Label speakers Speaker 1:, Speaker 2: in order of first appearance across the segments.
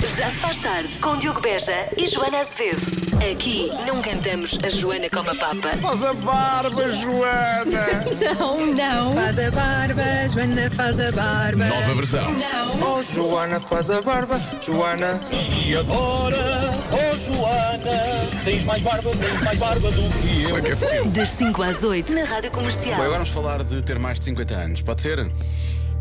Speaker 1: Já se faz tarde com Diogo Beja e Joana Azevedo. Aqui não cantamos a Joana como a Papa.
Speaker 2: Faz a barba, Joana!
Speaker 3: Não, não,
Speaker 4: Faz a barba, Joana faz a barba.
Speaker 5: Nova versão.
Speaker 3: não.
Speaker 2: Oh, Joana, faz a barba, Joana!
Speaker 6: E agora, oh Joana, tens mais barba, tens mais barba do que eu.
Speaker 1: Das 5 às 8 na Rádio Comercial.
Speaker 5: Bom, agora vamos falar de ter mais de 50 anos. Pode ser?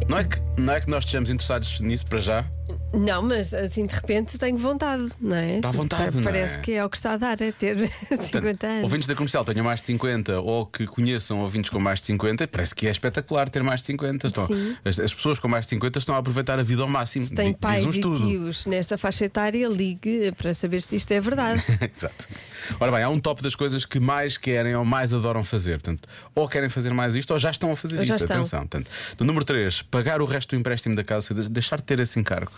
Speaker 5: Não é que, não é que nós estejamos interessados nisso para já?
Speaker 4: Não, mas assim de repente tenho vontade, não é?
Speaker 5: Dá vontade,
Speaker 4: Pa-
Speaker 5: não é?
Speaker 4: Parece que é o que está a dar, é ter 50 anos.
Speaker 5: Ouvintes da comercial tenham mais de 50 ou que conheçam ouvintes com mais de 50, parece que é espetacular ter mais de 50. Estão,
Speaker 4: Sim.
Speaker 5: as, as pessoas com mais de 50 estão a aproveitar a vida ao máximo.
Speaker 4: Se tem
Speaker 5: Di-
Speaker 4: pais
Speaker 5: Diz um
Speaker 4: e
Speaker 5: estudo.
Speaker 4: tios nesta faixa etária, ligue para saber se isto é verdade.
Speaker 5: Exato. Ora bem, há um top das coisas que mais querem ou mais adoram fazer. Portanto, ou querem fazer mais isto ou já estão a fazer
Speaker 4: Ou já
Speaker 5: isto.
Speaker 4: estão.
Speaker 5: Atenção. Portanto, no número 3, pagar o resto do empréstimo da casa, de- deixar de ter esse encargo.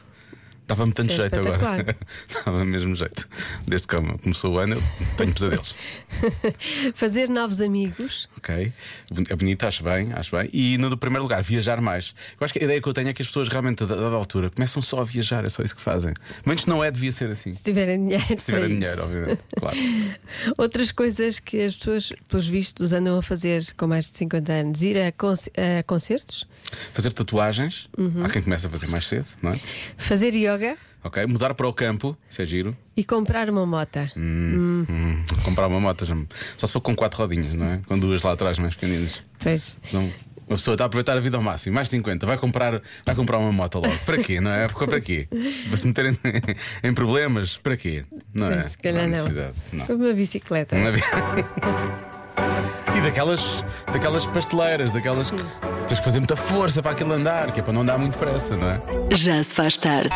Speaker 5: Dava-me tanto
Speaker 4: Isso é
Speaker 5: jeito agora.
Speaker 4: espetacular.
Speaker 5: Dava mesmo jeito. Desde que começou o ano, eu tenho pesadelos.
Speaker 4: Fazer novos amigos.
Speaker 5: Ok? É bonito, acho bem, acho bem. E no primeiro lugar, viajar mais. Eu acho que a ideia que eu tenho é que as pessoas realmente, a dada altura, começam só a viajar, é só isso que fazem. Mas não é, devia ser assim.
Speaker 4: Se tiverem dinheiro.
Speaker 5: Se
Speaker 4: para
Speaker 5: tiverem
Speaker 4: isso.
Speaker 5: dinheiro, obviamente. Claro.
Speaker 4: Outras coisas que as pessoas, pelos vistos, andam a fazer com mais de 50 anos: ir a, conce- a concertos,
Speaker 5: Fazer tatuagens.
Speaker 4: Uhum.
Speaker 5: Há quem começa a fazer mais cedo, não é?
Speaker 4: fazer yoga
Speaker 5: Ok? Mudar para o campo, isso é giro.
Speaker 4: e comprar uma mota.
Speaker 5: Hum, comprar uma moto, já me- só se for com quatro rodinhas, não é? Com duas lá atrás mais pequeninas.
Speaker 4: Pois.
Speaker 5: Não, uma pessoa está a aproveitar a vida ao máximo, mais 50, vai comprar, vai comprar uma moto logo. Para quê, não é? Porque Para quê? Para se meterem em problemas, para quê? Não é?
Speaker 4: Pois, se calhar
Speaker 5: há
Speaker 4: não.
Speaker 5: necessidade, não.
Speaker 4: Uma bicicleta.
Speaker 5: Não havia- E daquelas, daquelas pasteleiras, daquelas que tens que fazer muita força para aquilo andar, que é para não dar muito pressa, não é?
Speaker 1: Já se faz tarde.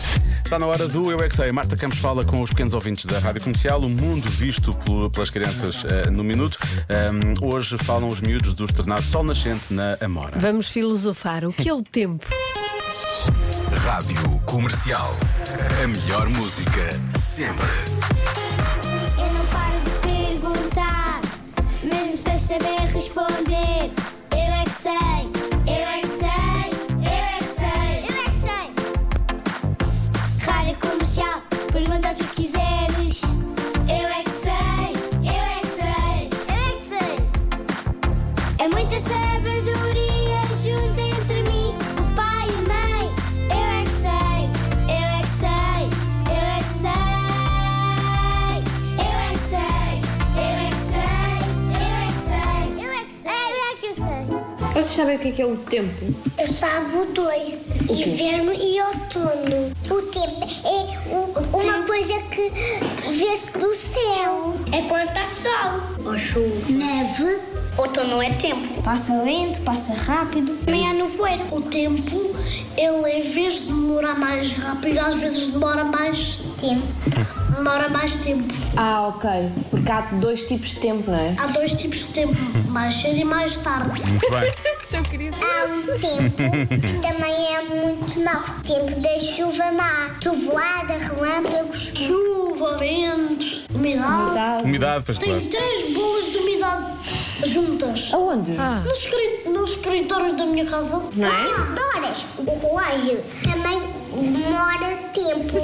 Speaker 5: Está na hora do Eu é que Sei. Marta Campos fala com os pequenos ouvintes da Rádio Comercial, o mundo visto pelo- pelas crianças eh, no minuto. Ahm, hoje falam os miúdos do externado Sol Nascente na Amora.
Speaker 4: Vamos filosofar. O que é o tempo?
Speaker 7: Rádio Comercial. A melhor música sempre.
Speaker 8: Eu não paro de perguntar, mesmo sem saber responder. Eu é que sei, eu é que sei, eu é que sei, eu é que sei. Rádio comercial, pergunta o que quiseres. Eu é que sei, eu é que sei, eu é que sei. É muita sabedoria junto entre mim, o pai e a mãe. Eu é que sei, eu é que sei, eu é que sei. Eu é que sei, eu é que sei, eu é que sei, eu é que sei, eu é que sei.
Speaker 9: Vocês sabem o que é, que é o tempo?
Speaker 8: Eu sabo dois, inverno e outono. O tempo é uma coisa que vê-se do céu. É quando está sol. Ou chuva. Neve. Outono é tempo. Passa lento, passa rápido. Meia nevoeiro. O tempo, ele em vez de demorar mais rápido, às vezes demora mais tempo. Demora mais tempo.
Speaker 9: Ah, ok. Porque há dois tipos de tempo, não é?
Speaker 8: Há dois tipos de tempo, mais cedo e mais tarde.
Speaker 5: Muito bem.
Speaker 8: Há um tempo que também é muito mau. Tempo da chuva má, trovoada, relâmpagos. Chuva, vento, umidade.
Speaker 5: Umidade, pois claro.
Speaker 8: Tem três bolas de umidade juntas.
Speaker 9: Aonde?
Speaker 10: Ah.
Speaker 8: No, escrit- no escritório da minha casa. Não é? Horas. O relógio também demora tempo.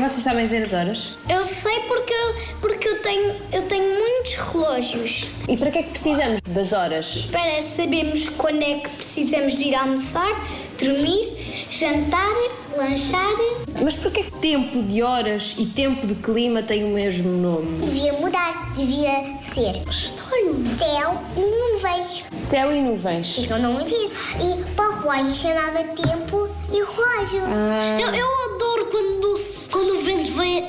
Speaker 9: Vocês sabem ver as horas?
Speaker 8: Eu sei porque, porque eu, tenho, eu tenho muitos relógios.
Speaker 9: E para que é que precisamos das horas?
Speaker 8: Para sabermos quando é que precisamos de ir almoçar, dormir, jantar, lanchar.
Speaker 9: Mas porquê que tempo de horas e tempo de clima têm o mesmo nome?
Speaker 8: Devia mudar, devia ser estranho. Céu e nuvens.
Speaker 9: Céu e nuvens.
Speaker 8: E eu não me digo. E para o relógio chamava tempo e relógio. Eu, eu adoro quando, se- quando o vento vem,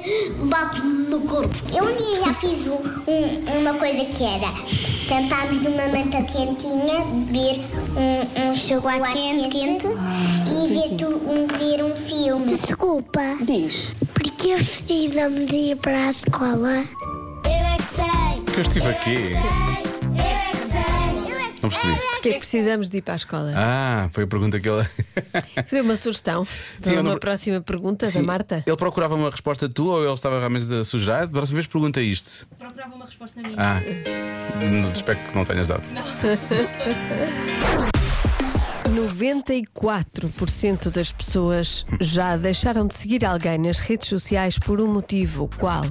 Speaker 8: bate no corpo. Eu um dia já fiz um- um- uma coisa que era tentarmos numa manta quentinha beber um, um chocolate quente, quente e ver, tu- um, ver um filme. Desculpa.
Speaker 9: Diz.
Speaker 8: Porque precisamos ir para a escola? Eu é que sei.
Speaker 5: Que eu estive aqui.
Speaker 8: Eu é que sei. Eu é que sei.
Speaker 5: Não percebi.
Speaker 4: Porquê que precisamos de ir para a escola?
Speaker 5: Ah, foi a pergunta que ele.
Speaker 4: Fazer uma sugestão para
Speaker 5: É. eu
Speaker 4: uma
Speaker 5: não-
Speaker 4: próxima pergunta
Speaker 5: Sim,
Speaker 4: da Marta.
Speaker 5: Ele procurava uma resposta tua ou ele estava realmente a sugerir? Da próxima vez pergunta isto. Procurava uma resposta minha. Ah, espero que não tenhas dado.
Speaker 4: 94% das pessoas já deixaram de seguir alguém nas redes sociais por um motivo. Qual?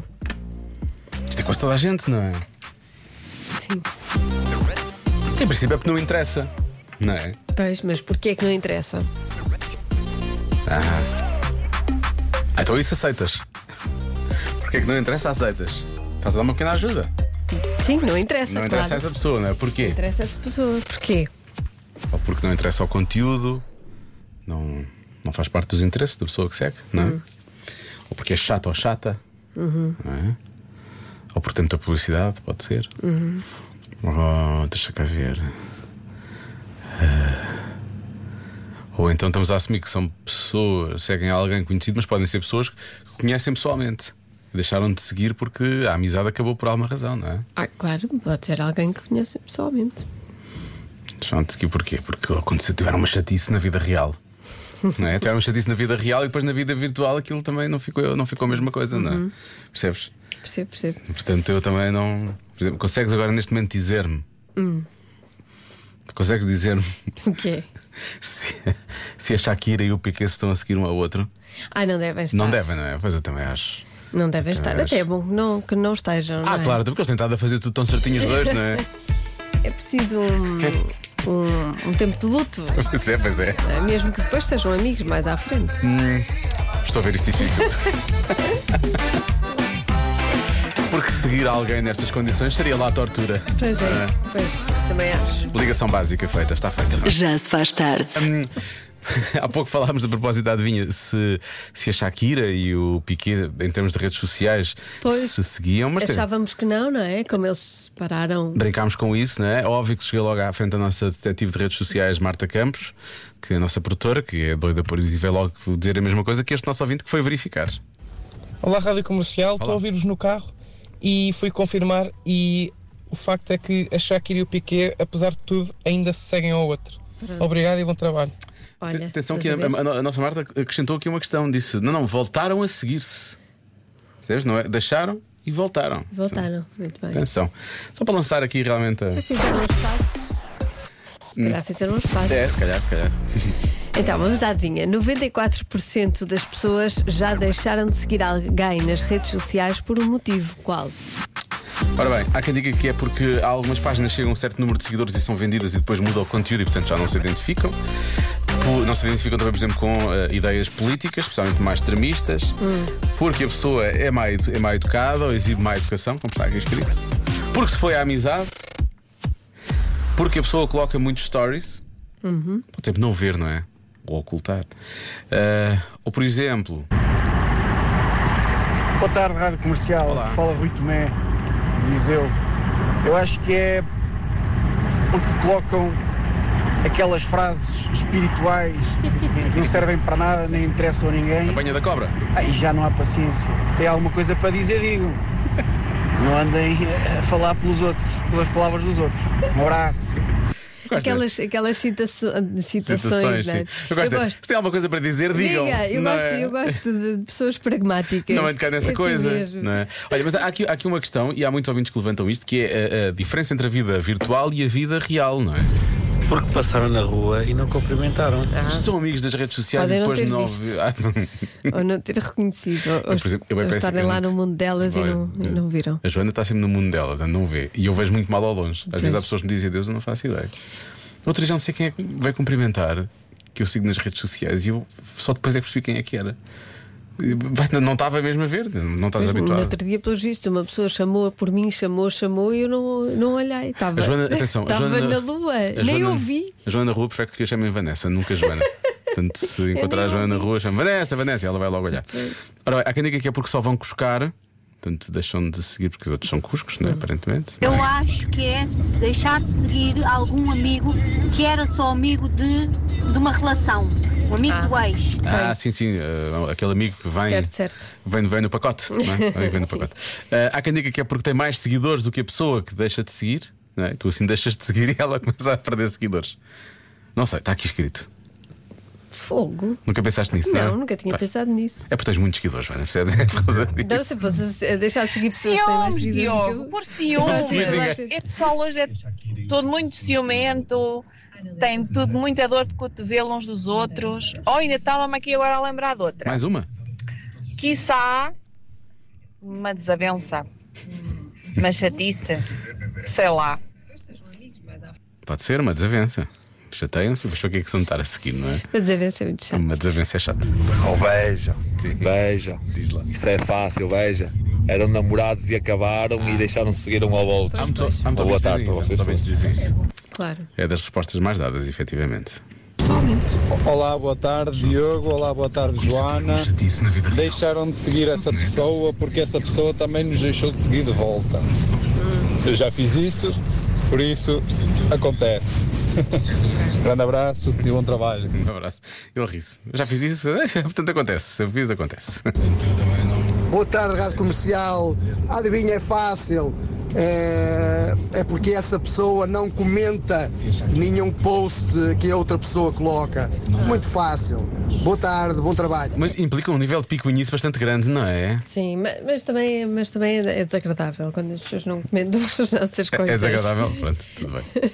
Speaker 5: Isto é quase toda a gente, não é?
Speaker 4: Sim.
Speaker 5: Em princípio é porque não interessa, não é?
Speaker 4: Pois, mas porquê é que não interessa?
Speaker 5: Ah, Então isso aceitas. Porque é que não interessa, aceitas. Estás a dar uma pequena ajuda.
Speaker 4: Sim, não interessa.
Speaker 5: Não interessa a
Speaker 4: claro.
Speaker 5: essa pessoa, não é? Porquê?
Speaker 4: Interessa essa pessoa. Porquê?
Speaker 5: Ou porque não interessa ao conteúdo, não, não faz parte dos interesses da pessoa que segue, não é? Ou porque é chato ou chata, não é? Ou porque tem muita publicidade, pode ser. Oh, deixa cá ver. Ah. Ou então estamos a assumir que são pessoas, seguem alguém conhecido, mas podem ser pessoas que conhecem pessoalmente. Deixaram de seguir porque a amizade acabou por alguma razão, não é?
Speaker 4: Ah, claro, pode ser alguém que conhece pessoalmente.
Speaker 5: Deixaram de seguir porquê? Porque aconteceu, tiveram uma chatice na vida real. Não é? Tiveram uma chatice na vida real e depois na vida virtual aquilo também não ficou, não ficou a mesma coisa,
Speaker 4: Uhum.
Speaker 5: não é? Percebes?
Speaker 4: Percebo, percebo.
Speaker 5: Portanto, eu também não. Por exemplo, consegues agora neste momento dizer-me?
Speaker 4: Hum.
Speaker 5: Consegues dizer-me
Speaker 4: O quê?
Speaker 5: se, se a Shakira e o Piquet se estão a seguir um ao outro?
Speaker 4: Ah, não devem estar.
Speaker 5: Não devem, não é? Pois eu também acho.
Speaker 4: Não devem estar.
Speaker 5: acho.
Speaker 4: Até é bom que não, que não estejam.
Speaker 5: Ah,
Speaker 4: não é?
Speaker 5: claro, até porque eles têm estado a fazer tudo tão certinho os dois, não é?
Speaker 4: É preciso um, um, um tempo de luto,
Speaker 5: Pois é, pois é.
Speaker 4: não é? mesmo que depois sejam amigos mais à frente.
Speaker 5: Hum. Estou a ver isto difícil. Porque seguir alguém nestas condições seria lá tortura.
Speaker 4: Pois é, pois também acho.
Speaker 5: Ligação básica feita, está feita.
Speaker 1: Já se faz tarde.
Speaker 5: Há pouco falámos da propósito da adivinha se, se a Shakira e o Piquet, em termos de redes sociais,
Speaker 4: Pois.
Speaker 5: se seguiam, mas teve-
Speaker 4: Achávamos que não, não é? Como eles se separaram.
Speaker 5: brincámos com isso, não é? Óbvio que cheguei logo à frente da nossa detetive de redes sociais, Marta Campos, que é a nossa produtora, que é doida por e vai logo dizer a mesma coisa que este nosso ouvinte que foi verificar.
Speaker 3: Olá, Rádio Comercial. Estou a ouvir-vos no carro e fui confirmar e o facto é que a Shakira e o Piquet, apesar de tudo, ainda se seguem ao outro. Obrigado e bom trabalho.
Speaker 4: Olha,
Speaker 5: Atenção que a,
Speaker 4: estás a ver?
Speaker 5: a- a nossa Marta acrescentou aqui uma questão, disse: não, não, voltaram a seguir-se. Percebes? Não é? Deixaram e voltaram.
Speaker 4: voltaram. Muito bem.
Speaker 5: Atenção. Só para lançar aqui realmente a.
Speaker 4: Fizeram os passos. Já fizeram os passos.
Speaker 5: É, se calhar, se calhar.
Speaker 4: um Então, vamos à adivinha. 94% das pessoas já deixaram de seguir alguém nas redes sociais por um motivo. Qual?
Speaker 5: Ora bem, há quem diga que é porque há algumas páginas chegam a um certo número de seguidores e são vendidas e depois muda o conteúdo e, portanto, já não se identificam. Por- não se identificam também, por exemplo, com eh, ideias políticas, especialmente mais extremistas, porque a pessoa é má, edu- é má educada ou exibe má educação, como está aqui escrito, porque se foi à amizade, porque a pessoa coloca muitos stories, pode sempre não ver, não é? Ou ocultar. Eh, ou, por exemplo,
Speaker 11: Boa tarde, Rádio Comercial.
Speaker 5: Olá.
Speaker 11: Fala Rui Tomé, de Viseu. Eu acho que é porque colocam aquelas frases espirituais que não servem para nada, nem interessam a
Speaker 12: Tá
Speaker 11: ninguém.
Speaker 5: banha da cobra.
Speaker 11: Aí já não há paciência. Se tem alguma coisa para dizer, digam. Não andem a falar pelos outros, pelas palavras dos outros. Um abraço.
Speaker 5: Gosto
Speaker 4: Aquelas, aquelas citaço- citações,
Speaker 5: Situações,
Speaker 4: não é?
Speaker 5: sim. Eu gosto. de- Se tem alguma coisa para dizer, digam.
Speaker 4: Diga, eu
Speaker 5: não
Speaker 4: gosto,
Speaker 5: é?
Speaker 4: eu gosto de pessoas pragmáticas.
Speaker 5: Não é de cá nessa
Speaker 4: Assim
Speaker 5: coisa.
Speaker 4: mesmo.
Speaker 5: não é? Olha, mas há aqui, há aqui uma questão, e há muitos ouvintes que levantam isto, que é a, a diferença entre a vida virtual e a vida real, não é?
Speaker 6: Porque passaram na rua e não cumprimentaram.
Speaker 5: São amigos das redes sociais
Speaker 4: Podem
Speaker 5: e
Speaker 4: não
Speaker 5: depois
Speaker 4: ter
Speaker 5: não.
Speaker 4: visto.
Speaker 5: vi- Ah,
Speaker 4: Ou não ter reconhecido, ou, ou
Speaker 5: por exemplo, eu
Speaker 4: ou
Speaker 5: bem penso-
Speaker 4: estarem
Speaker 5: eu-
Speaker 4: lá no mundo delas e
Speaker 5: Olha, é.
Speaker 4: não, e não viram.
Speaker 5: A Joana está sempre no mundo dela, portanto, não vê. E eu vejo muito mal ao longe. Às vezes há
Speaker 4: Pois.
Speaker 5: pessoas que me dizem Deus, eu não faço ideia. Outro já não sei quem é que vai cumprimentar, que eu sigo nas redes sociais, e eu só depois é que percebi quem é que era. E, vai, Não não estava mesmo a ver, não estás
Speaker 4: No
Speaker 5: habituado.
Speaker 4: outro dia, pelos vistos, uma pessoa chamou-a por mim, chamou, chamou e eu não, não olhei. Estava,
Speaker 5: A Joana, atenção, a
Speaker 4: estava
Speaker 5: Joana-
Speaker 4: na lua,
Speaker 5: a
Speaker 4: nem
Speaker 5: Joana-
Speaker 4: ouvi.
Speaker 5: A Joana na Rua prefere que a chamem Vanessa, nunca Joana. Portanto, se encontrar a
Speaker 4: nem
Speaker 5: Joana na
Speaker 4: ouvi.
Speaker 5: rua, chama Vanessa, Vanessa, e ela vai logo olhar. Ora bem, há quem diga que é porque só vão cuscar, portanto, deixam de seguir porque os outros são cuscos,
Speaker 4: Hum.
Speaker 5: não é? Aparentemente.
Speaker 13: Eu acho que é se deixar de seguir algum amigo que era só amigo de, de uma relação, um amigo do ex.
Speaker 5: Ah, sim, sim, eh, aquele amigo que vem.
Speaker 4: Certo, certo.
Speaker 5: Vem, vem no pacote. Não é? vem, vem no pacote. Eh, há quem diga que é porque tem mais seguidores do que a pessoa que deixa de seguir. Não é? Tu assim deixas de seguir e ela começa a perder seguidores. Não sei, está aqui escrito.
Speaker 4: Fogo?
Speaker 5: Nunca pensaste nisso, não, é?
Speaker 4: Não, nunca tinha
Speaker 5: Pá,
Speaker 4: pensado nisso.
Speaker 5: É porque tens muitos seguidores, Joana, percebes? É por causa disso.
Speaker 4: Não, se fosse a deixar de seguir pessoas que têm
Speaker 13: Ciúmes,
Speaker 4: mais seguidores do que eu-
Speaker 13: Diogo, por ciúmes.
Speaker 5: Não sigo ninguém.
Speaker 13: É pessoal hoje é todo muito ciumento.
Speaker 14: Tem tudo muita dor de cotovelo uns dos outros. Ou oh, ainda estava-me aqui agora a lembrar de outra.
Speaker 5: Mais uma?
Speaker 14: Quiçá uma desavença, uma chatice, sei lá.
Speaker 5: Pode ser uma desavença. Chateiam-se, mas para que é que se notar a seguir, não é?
Speaker 4: Mas deve ser muito chato.
Speaker 5: Uma desavença é chata.
Speaker 12: Oh, veja, veja. Isso é fácil, veja. Eram namorados e acabaram e deixaram-se seguir um ao outro.
Speaker 5: Há muito- há muito
Speaker 12: Uma boa
Speaker 5: ouvintes
Speaker 12: tarde
Speaker 5: que
Speaker 12: para vocês.
Speaker 5: dizem isso, há muito ouvintes que dizem isso.
Speaker 4: Claro.
Speaker 5: É das respostas mais dadas, efetivamente.
Speaker 15: Olá, boa tarde, Diogo. Olá, boa tarde, Joana. Deixaram de seguir essa pessoa porque essa pessoa também nos deixou de seguir de volta. Eu já fiz isso, por isso acontece. Grande abraço e bom trabalho.
Speaker 5: Um abraço. Ele ri-se. Já fiz isso? Portanto, acontece. Se eu fiz, acontece.
Speaker 16: Boa tarde, Rádio Comercial. Adivinha, é fácil. É, é porque essa pessoa não comenta nenhum post que a outra pessoa coloca. Muito fácil. Boa tarde, bom trabalho.
Speaker 5: Mas implica um nível de picuinhice bastante grande, não é?
Speaker 4: Sim, ma- mas, também, mas também é desagradável quando as pessoas não comentam as nossas
Speaker 5: É
Speaker 4: coisas.
Speaker 5: desagradável? Pronto, tudo bem.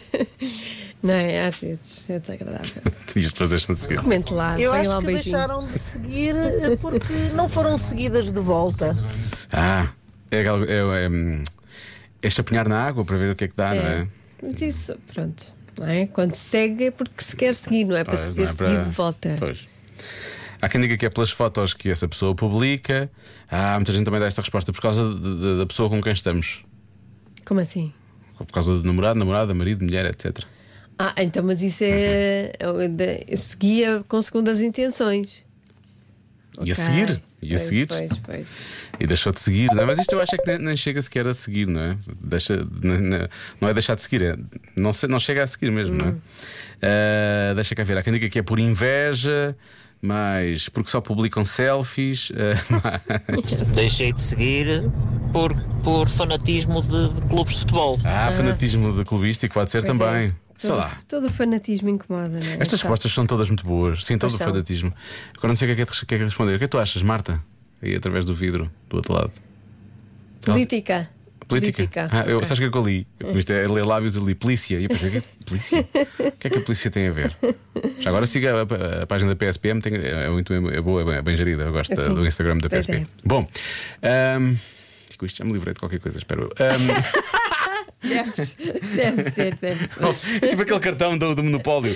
Speaker 4: Não é? Às vezes é desagradável.
Speaker 5: E as pessoas deixam de seguir.
Speaker 4: Comente lá,
Speaker 17: Eu
Speaker 4: põe
Speaker 17: acho
Speaker 4: lá um
Speaker 17: que
Speaker 4: beijinho.
Speaker 17: deixaram de seguir eh, porque não foram seguidas de volta.
Speaker 5: Ah, é, aquela- é, é, hum, é chapinhar na água para ver o que é que dá, não é?
Speaker 4: Mas isso, pronto. Não é? Quando se segue é porque se quer seguir, não é para se
Speaker 5: Pois, não
Speaker 4: ser
Speaker 5: é
Speaker 4: seguido
Speaker 5: para-
Speaker 4: de volta.
Speaker 5: Pois. Há quem diga que é pelas fotos que essa pessoa publica. Ah, muita gente também dá esta resposta por causa de- de- da pessoa com quem estamos.
Speaker 4: Como assim?
Speaker 5: Por causa do namorado, namorada, marido, mulher, etc.
Speaker 4: Ah, então, mas isso é. é de- eu Seguia com segundas intenções.
Speaker 5: E
Speaker 4: Ok.
Speaker 5: a seguir? E a
Speaker 4: Pois,
Speaker 5: seguir?
Speaker 4: Pois, pois.
Speaker 5: E deixou de seguir. Não, mas isto eu acho é que nem, nem chega sequer a seguir, não é? Deixa, ne- ne- não é deixar de seguir, é, não, se- não chega a seguir mesmo, não é?
Speaker 4: Hum.
Speaker 5: Ah, deixa cá ver. Há quem diga que é por inveja, mas porque só publicam selfies. ah, mas-
Speaker 18: Deixei de seguir por, por fanatismo de, de clubes de futebol.
Speaker 5: Ah, fanatismo de clubístico pode ser
Speaker 4: Pois
Speaker 5: também.
Speaker 4: é.
Speaker 5: Sei
Speaker 4: Todo-
Speaker 5: lá.
Speaker 4: Todo o fanatismo incomoda, não é?
Speaker 5: Estas
Speaker 4: Sabe?
Speaker 5: respostas são todas muito boas. Sim, todo
Speaker 4: Pois
Speaker 5: o
Speaker 4: são.
Speaker 5: fanatismo. Agora não sei o que é que é de- o que é que é de responder. O que é que tu achas, Marta? Aí através do vidro, do outro lado.
Speaker 4: Política.
Speaker 5: Política. Ah, eu,
Speaker 4: Ok.
Speaker 5: Sabes o que é que eu li? Eu, isto é ler lábios, eu li polícia. E eu pensei, o que é que- polícia? O que é que a polícia tem a ver? Já agora siga a, a- a página da PSPM, tem- é muito é boa, é bem, é bem gerida. Eu gosto da-
Speaker 19: Sim.
Speaker 5: do Instagram da
Speaker 19: Pois
Speaker 5: PSP.
Speaker 19: é.
Speaker 5: Bom, ahm, com isto já me livrei de qualquer coisa, espero eu. Ahm,
Speaker 4: Deve ser, deve ser, deve ser.
Speaker 5: Bom, é tipo aquele cartão do, do monopólio.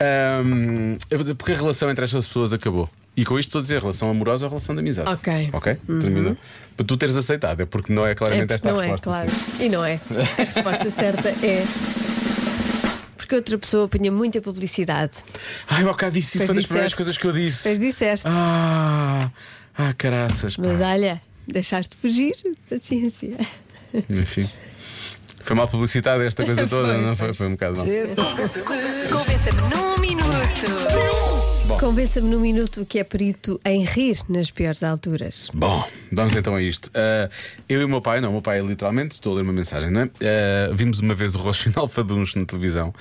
Speaker 5: Ahm, eu vou dizer porque a relação entre estas pessoas acabou. E com isto estou a dizer relação amorosa ou relação de amizade.
Speaker 4: Ok.
Speaker 5: Ok?
Speaker 4: Uhum.
Speaker 5: Terminou. Para tu teres aceitado, é porque não é claramente
Speaker 4: É,
Speaker 5: esta a
Speaker 4: não é,
Speaker 5: resposta.
Speaker 4: claro.
Speaker 5: sim.
Speaker 4: E não é. A resposta certa é. Porque outra pessoa punha muita publicidade.
Speaker 5: Ai, eu há bocado disse
Speaker 4: Pois
Speaker 5: isso, foi das
Speaker 4: disseste.
Speaker 5: primeiras coisas que eu disse.
Speaker 4: Pois disseste.
Speaker 5: Ah, ah caraças. pá.
Speaker 4: Mas é- olha, deixaste fugir, paciência.
Speaker 5: Enfim. Foi mal publicitada esta coisa toda,
Speaker 4: Foi,
Speaker 5: não foi? Foi um bocado mal.
Speaker 1: Convença-me num minuto.
Speaker 4: Convença-me num minuto que é perito em rir nas piores alturas.
Speaker 5: Bom, vamos então a isto. Ah, eu e o meu pai, não, o meu pai é literalmente, estou a ler uma mensagem, não é? Ah, vimos uma vez o Roxinho Alfaduns na televisão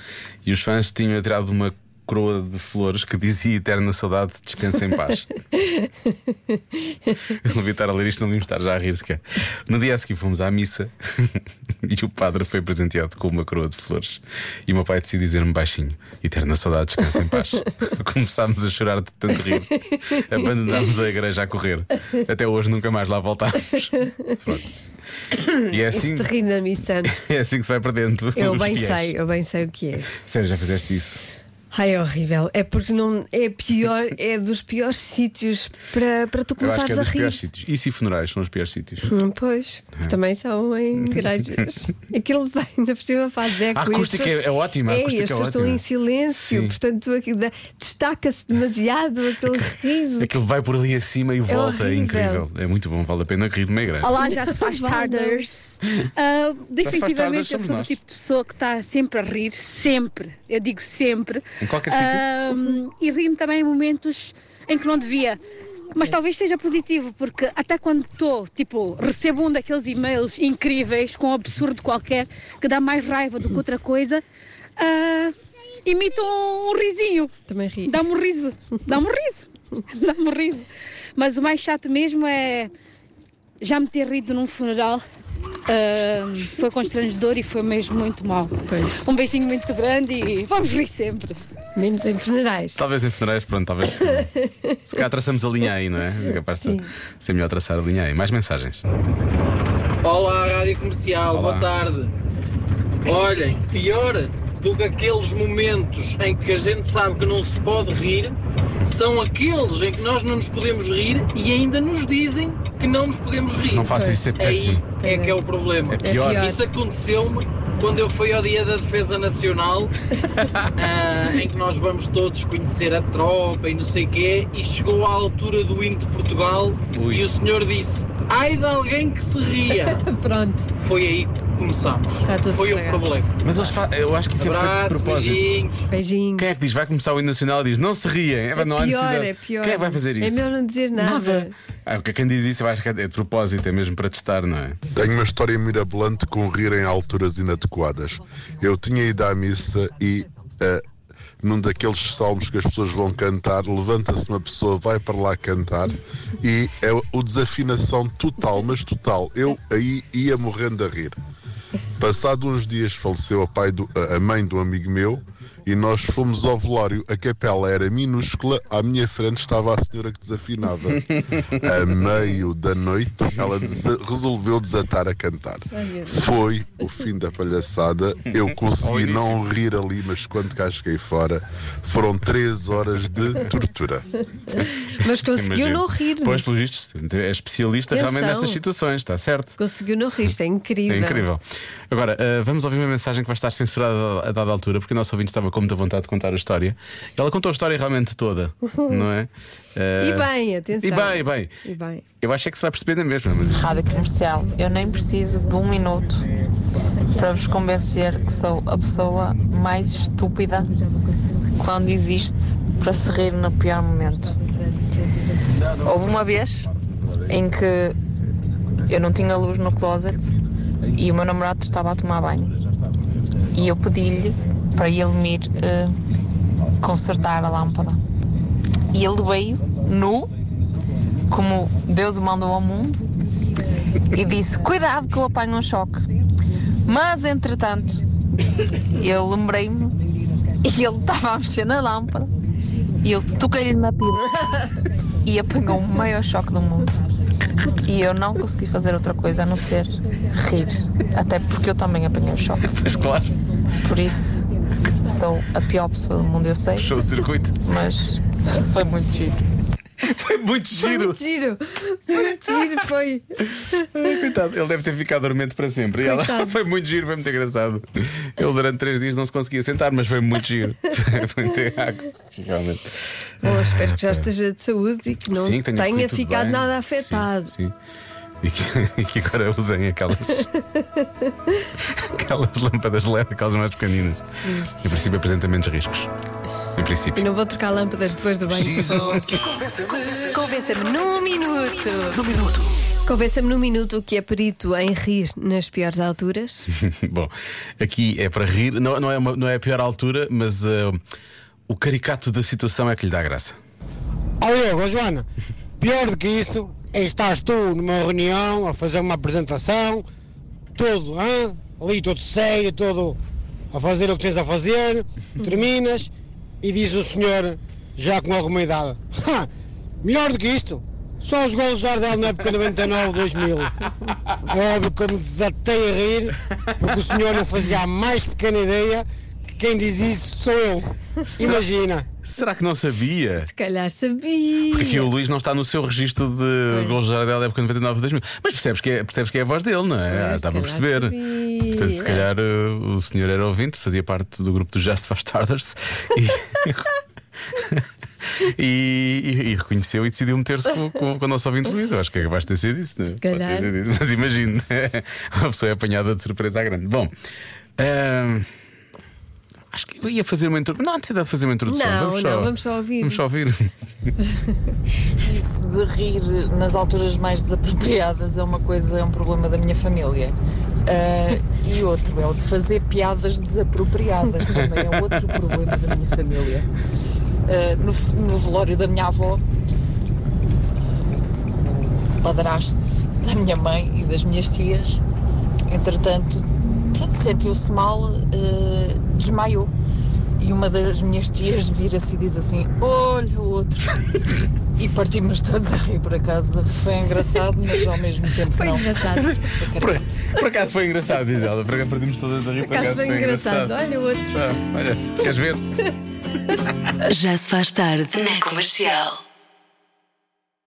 Speaker 5: e os fãs tinham tirado uma coroa de flores que dizia Eterna Saudade, descansa em paz. Eu não devia estar a ler isto, não devíamos estar já a rir sequer. No dia a seguir fomos à missa e o padre foi presenteado com uma coroa de flores. E o meu pai decidiu dizer-me baixinho: Eterna saudade, descansa em paz. Começámos a chorar de tanto rir. Abandonámos a igreja a correr. Até hoje nunca mais lá voltámos. E é assim-
Speaker 4: Isso de rir na missa.
Speaker 5: É assim que se vai para dentro.
Speaker 4: Eu
Speaker 5: os
Speaker 4: bem
Speaker 5: fiéis.
Speaker 4: sei, eu bem sei o que é.
Speaker 5: Sério, já fizeste isso?
Speaker 4: Ai, é horrível. É porque não é pior, é dos piores sítios para, para tu
Speaker 5: Eu acho que é
Speaker 4: começares a
Speaker 5: dos piores
Speaker 4: rir.
Speaker 5: sítios. Isso e funerais são os piores sítios.
Speaker 4: Hum, Pois,
Speaker 5: É.
Speaker 4: também são em igrejas. Aquilo vai, ainda por cima faz eco.
Speaker 5: A
Speaker 4: e as
Speaker 5: acústica
Speaker 4: pessoas-
Speaker 5: é- é ótima, a
Speaker 4: É, e
Speaker 5: acústica
Speaker 4: as
Speaker 5: é
Speaker 4: pessoas estão
Speaker 5: ótima.
Speaker 4: em silêncio,
Speaker 5: Sim.
Speaker 4: portanto aquilo dá- destaca-se demasiado aquele riso.
Speaker 5: Aquilo vai por ali acima e volta. É
Speaker 4: horrível.
Speaker 5: incrível. É muito bom, vale a pena rir numa igreja.
Speaker 10: Olá, já se faz tarders. Ah,
Speaker 5: tarders
Speaker 10: definitivamente eu
Speaker 4: é
Speaker 5: somos
Speaker 10: sou do
Speaker 5: nós.
Speaker 10: tipo de pessoa que está sempre a rir, sempre. Eu digo sempre.
Speaker 5: Em qualquer
Speaker 10: Ah, e ri-me também em momentos em que não devia. Mas talvez seja positivo, porque até quando estou, tipo, recebo um daqueles e-mails incríveis com um absurdo qualquer que dá mais raiva do que outra coisa, ah, imito um risinho.
Speaker 4: Também ri.
Speaker 10: Dá-me um riso. Dá-me um riso. Dá-me um riso. Mas o mais chato mesmo é já me ter rido num funeral Ahm, foi constrangedor e foi mesmo muito mal. Um beijinho muito grande e vamos rir sempre.
Speaker 4: Menos em funerais.
Speaker 5: Talvez em funerais, pronto, talvez. Se calhar traçamos a linha aí, não é? É capaz de ser melhor traçar a linha aí. Mais mensagens.
Speaker 19: Olá, Rádio Comercial,
Speaker 5: Olá.
Speaker 19: boa tarde. Olhem, pior do que aqueles momentos em que a gente sabe que não se pode rir, são aqueles em que nós não nos podemos rir e ainda nos dizem que não nos podemos rir.
Speaker 5: Não faça isso, é péssimo.
Speaker 19: Aí é que é o problema.
Speaker 5: É pior. É pior.
Speaker 19: Isso aconteceu-me quando eu fui ao Dia da Defesa Nacional, ah, em que nós vamos todos conhecer a tropa e não sei o quê, e chegou à altura do hino de Portugal
Speaker 5: Ui.
Speaker 19: e o senhor disse, ai de alguém que se ria.
Speaker 4: Pronto.
Speaker 19: Foi aí que começámos. Foi o problema.
Speaker 5: Mas eles fa- eu acho que isso é feito
Speaker 19: Abraço,
Speaker 5: de propósito.
Speaker 19: beijinhos.
Speaker 4: Beijinhos.
Speaker 5: Quem é que diz? Vai começar o hino nacional e diz: não se riem. É, não há
Speaker 4: pior,
Speaker 5: necessidade.
Speaker 4: é pior.
Speaker 5: Quem é que vai fazer isso?
Speaker 4: É melhor não dizer nada.
Speaker 5: Ah, porque quem diz isso eu acho que é de propósito, é mesmo para testar, não é?
Speaker 20: Tenho uma história mirabolante com rir em alturas inadequadas. Eu tinha ido à missa e ah, num daqueles salmos que as pessoas vão cantar, levanta-se uma pessoa, vai para lá cantar e é o- o desafinação total, mas total. Eu aí ia morrendo a rir. Passado uns dias faleceu a, pai do- a- a mãe de um amigo meu e nós fomos ao velório. A capela era minúscula, à minha frente estava a senhora que desafinava. A meio da noite, ela desa- resolveu desatar a cantar. Foi o fim da palhaçada. Eu
Speaker 5: Ao
Speaker 20: consegui
Speaker 5: início.
Speaker 20: não rir ali, mas quando cá cheguei fora, foram três horas de tortura.
Speaker 4: Mas conseguiu
Speaker 5: Imagino.
Speaker 4: não rir. né?
Speaker 5: Pois, pelos vistos, é especialista
Speaker 4: Atenção.
Speaker 5: realmente nessas situações, está certo?
Speaker 4: Conseguiu não rir, isto é incrível.
Speaker 5: É incrível. Agora, ah, vamos ouvir uma mensagem que vai estar censurada a dada altura, porque o nosso ouvinte estava com muita vontade de contar a história. Ela contou a história realmente toda, não é? Ah,
Speaker 4: E bem, atenção.
Speaker 5: E bem, e bem.
Speaker 4: E bem.
Speaker 5: Eu acho é que se vai perceber na mesma, mas
Speaker 21: Rádio Comercial, eu nem preciso de um minuto para vos convencer que sou a pessoa mais estúpida quando existe para se rir no pior momento. Houve uma vez em que eu não tinha luz no closet e o meu namorado estava a tomar banho. E eu pedi-lhe para ele me ir eh, consertar a lâmpada. E ele veio nu, como Deus o mandou ao mundo, e disse: Cuidado que eu apanho um choque. Mas entretanto, eu lembrei-me e ele estava a mexer na lâmpada e eu toquei-lhe na pila e apanhou o maior choque do mundo. E eu não consegui fazer outra coisa a não ser rir. Até porque eu também apanhei o choque.
Speaker 5: Pois é claro.
Speaker 21: Por isso, sou a pior pessoa do mundo, eu sei.
Speaker 5: Fechou o circuito.
Speaker 21: Mas foi muito giro.
Speaker 5: Foi muito
Speaker 4: Foi
Speaker 5: giro.
Speaker 4: muito giro. Foi muito giro, foi.
Speaker 5: Ai, Coitado, ele deve ter ficado dormente para sempre. E ela
Speaker 4: Coitado.
Speaker 5: foi muito giro, foi muito engraçado. Ele durante três dias não se conseguia sentar, mas foi muito giro. foi muito água, realmente.
Speaker 4: Bom, espero que já esteja de saúde e que não
Speaker 5: Sim, que tenha
Speaker 4: tenha,
Speaker 5: corrido tudo
Speaker 4: ficado
Speaker 5: bem.
Speaker 4: nada afetado.
Speaker 5: Sim. E que, e que agora usem aquelas. aquelas lâmpadas LED, aquelas mais pequeninas.
Speaker 4: Sim.
Speaker 5: Em princípio, apresenta menos riscos. Em
Speaker 4: E
Speaker 5: princípio.
Speaker 4: não vou trocar lâmpadas depois do banho. Convença-me num minuto. Num minuto. Convença-me num minuto que é perito em rir nas piores alturas.
Speaker 5: Bom, aqui é para rir. Não, não é, uma- não é a pior altura, mas eh, o caricato da situação é que lhe dá graça.
Speaker 22: Ó Diogo, ó Joana, pior do que isso é estás tu numa reunião a fazer uma apresentação, todo, hã? ali todo sério, todo a fazer o que tens a fazer, terminas e diz o senhor, já com alguma idade, "Ha, Então, melhor do que isto, só os golos de Jardel na época 99, 2000. É óbvio que eu me desatei a rir, porque o senhor não fazia a mais pequena ideia que quem diz isso sou eu. Imagina.
Speaker 5: Será que não sabia?
Speaker 4: Se calhar sabia.
Speaker 5: Porque aqui é o Luís não está no seu registro de gols de Jardel da época 99-2000. Mas percebes que, é, percebes que é a voz dele, não é? Ah, Dá
Speaker 4: calhar
Speaker 5: para perceber.
Speaker 4: sabia.
Speaker 5: Portanto, se calhar uh, o senhor era ouvinte, fazia parte do grupo do Just for Starters e, e- e- e reconheceu e decidiu meter-se com, com- com o nosso ouvinte Luís. Eu acho que é capaz de ter sido isso, não é? Pode
Speaker 4: calhar.
Speaker 5: ter sido isso. Mas imagino, uma pessoa é apanhada de surpresa à grande. Bom. ahm, Acho que eu ia fazer uma introdução. Não há necessidade de fazer uma introdução.
Speaker 21: Não,
Speaker 5: vamos
Speaker 21: não,
Speaker 5: só,
Speaker 21: vamos só ouvir.
Speaker 5: Vamos só ouvir. um
Speaker 21: Isso de rir nas alturas mais desapropriadas é uma coisa, é um problema da minha família. Ah, e outro é o de fazer piadas desapropriadas, também é outro problema da minha família. Ah, no, f- no velório da minha avó, o padrasto da minha mãe e das minhas tias,
Speaker 2: Entretanto, pronto, sentiu-se mal,
Speaker 21: ah,
Speaker 2: eh, desmaiou. E uma das minhas tias vira-se e diz assim: Olha o outro. E partimos todos a rir por acaso. Foi engraçado, mas ao mesmo tempo
Speaker 4: Foi
Speaker 2: não.
Speaker 4: engraçado.
Speaker 5: Por, por acaso foi engraçado, diz ela. Por acaso perdemos todas a rir.
Speaker 4: Por acaso foi engraçado. Olha o outro.
Speaker 5: Ah, olha, queres ver?
Speaker 1: Já se faz tarde na comercial.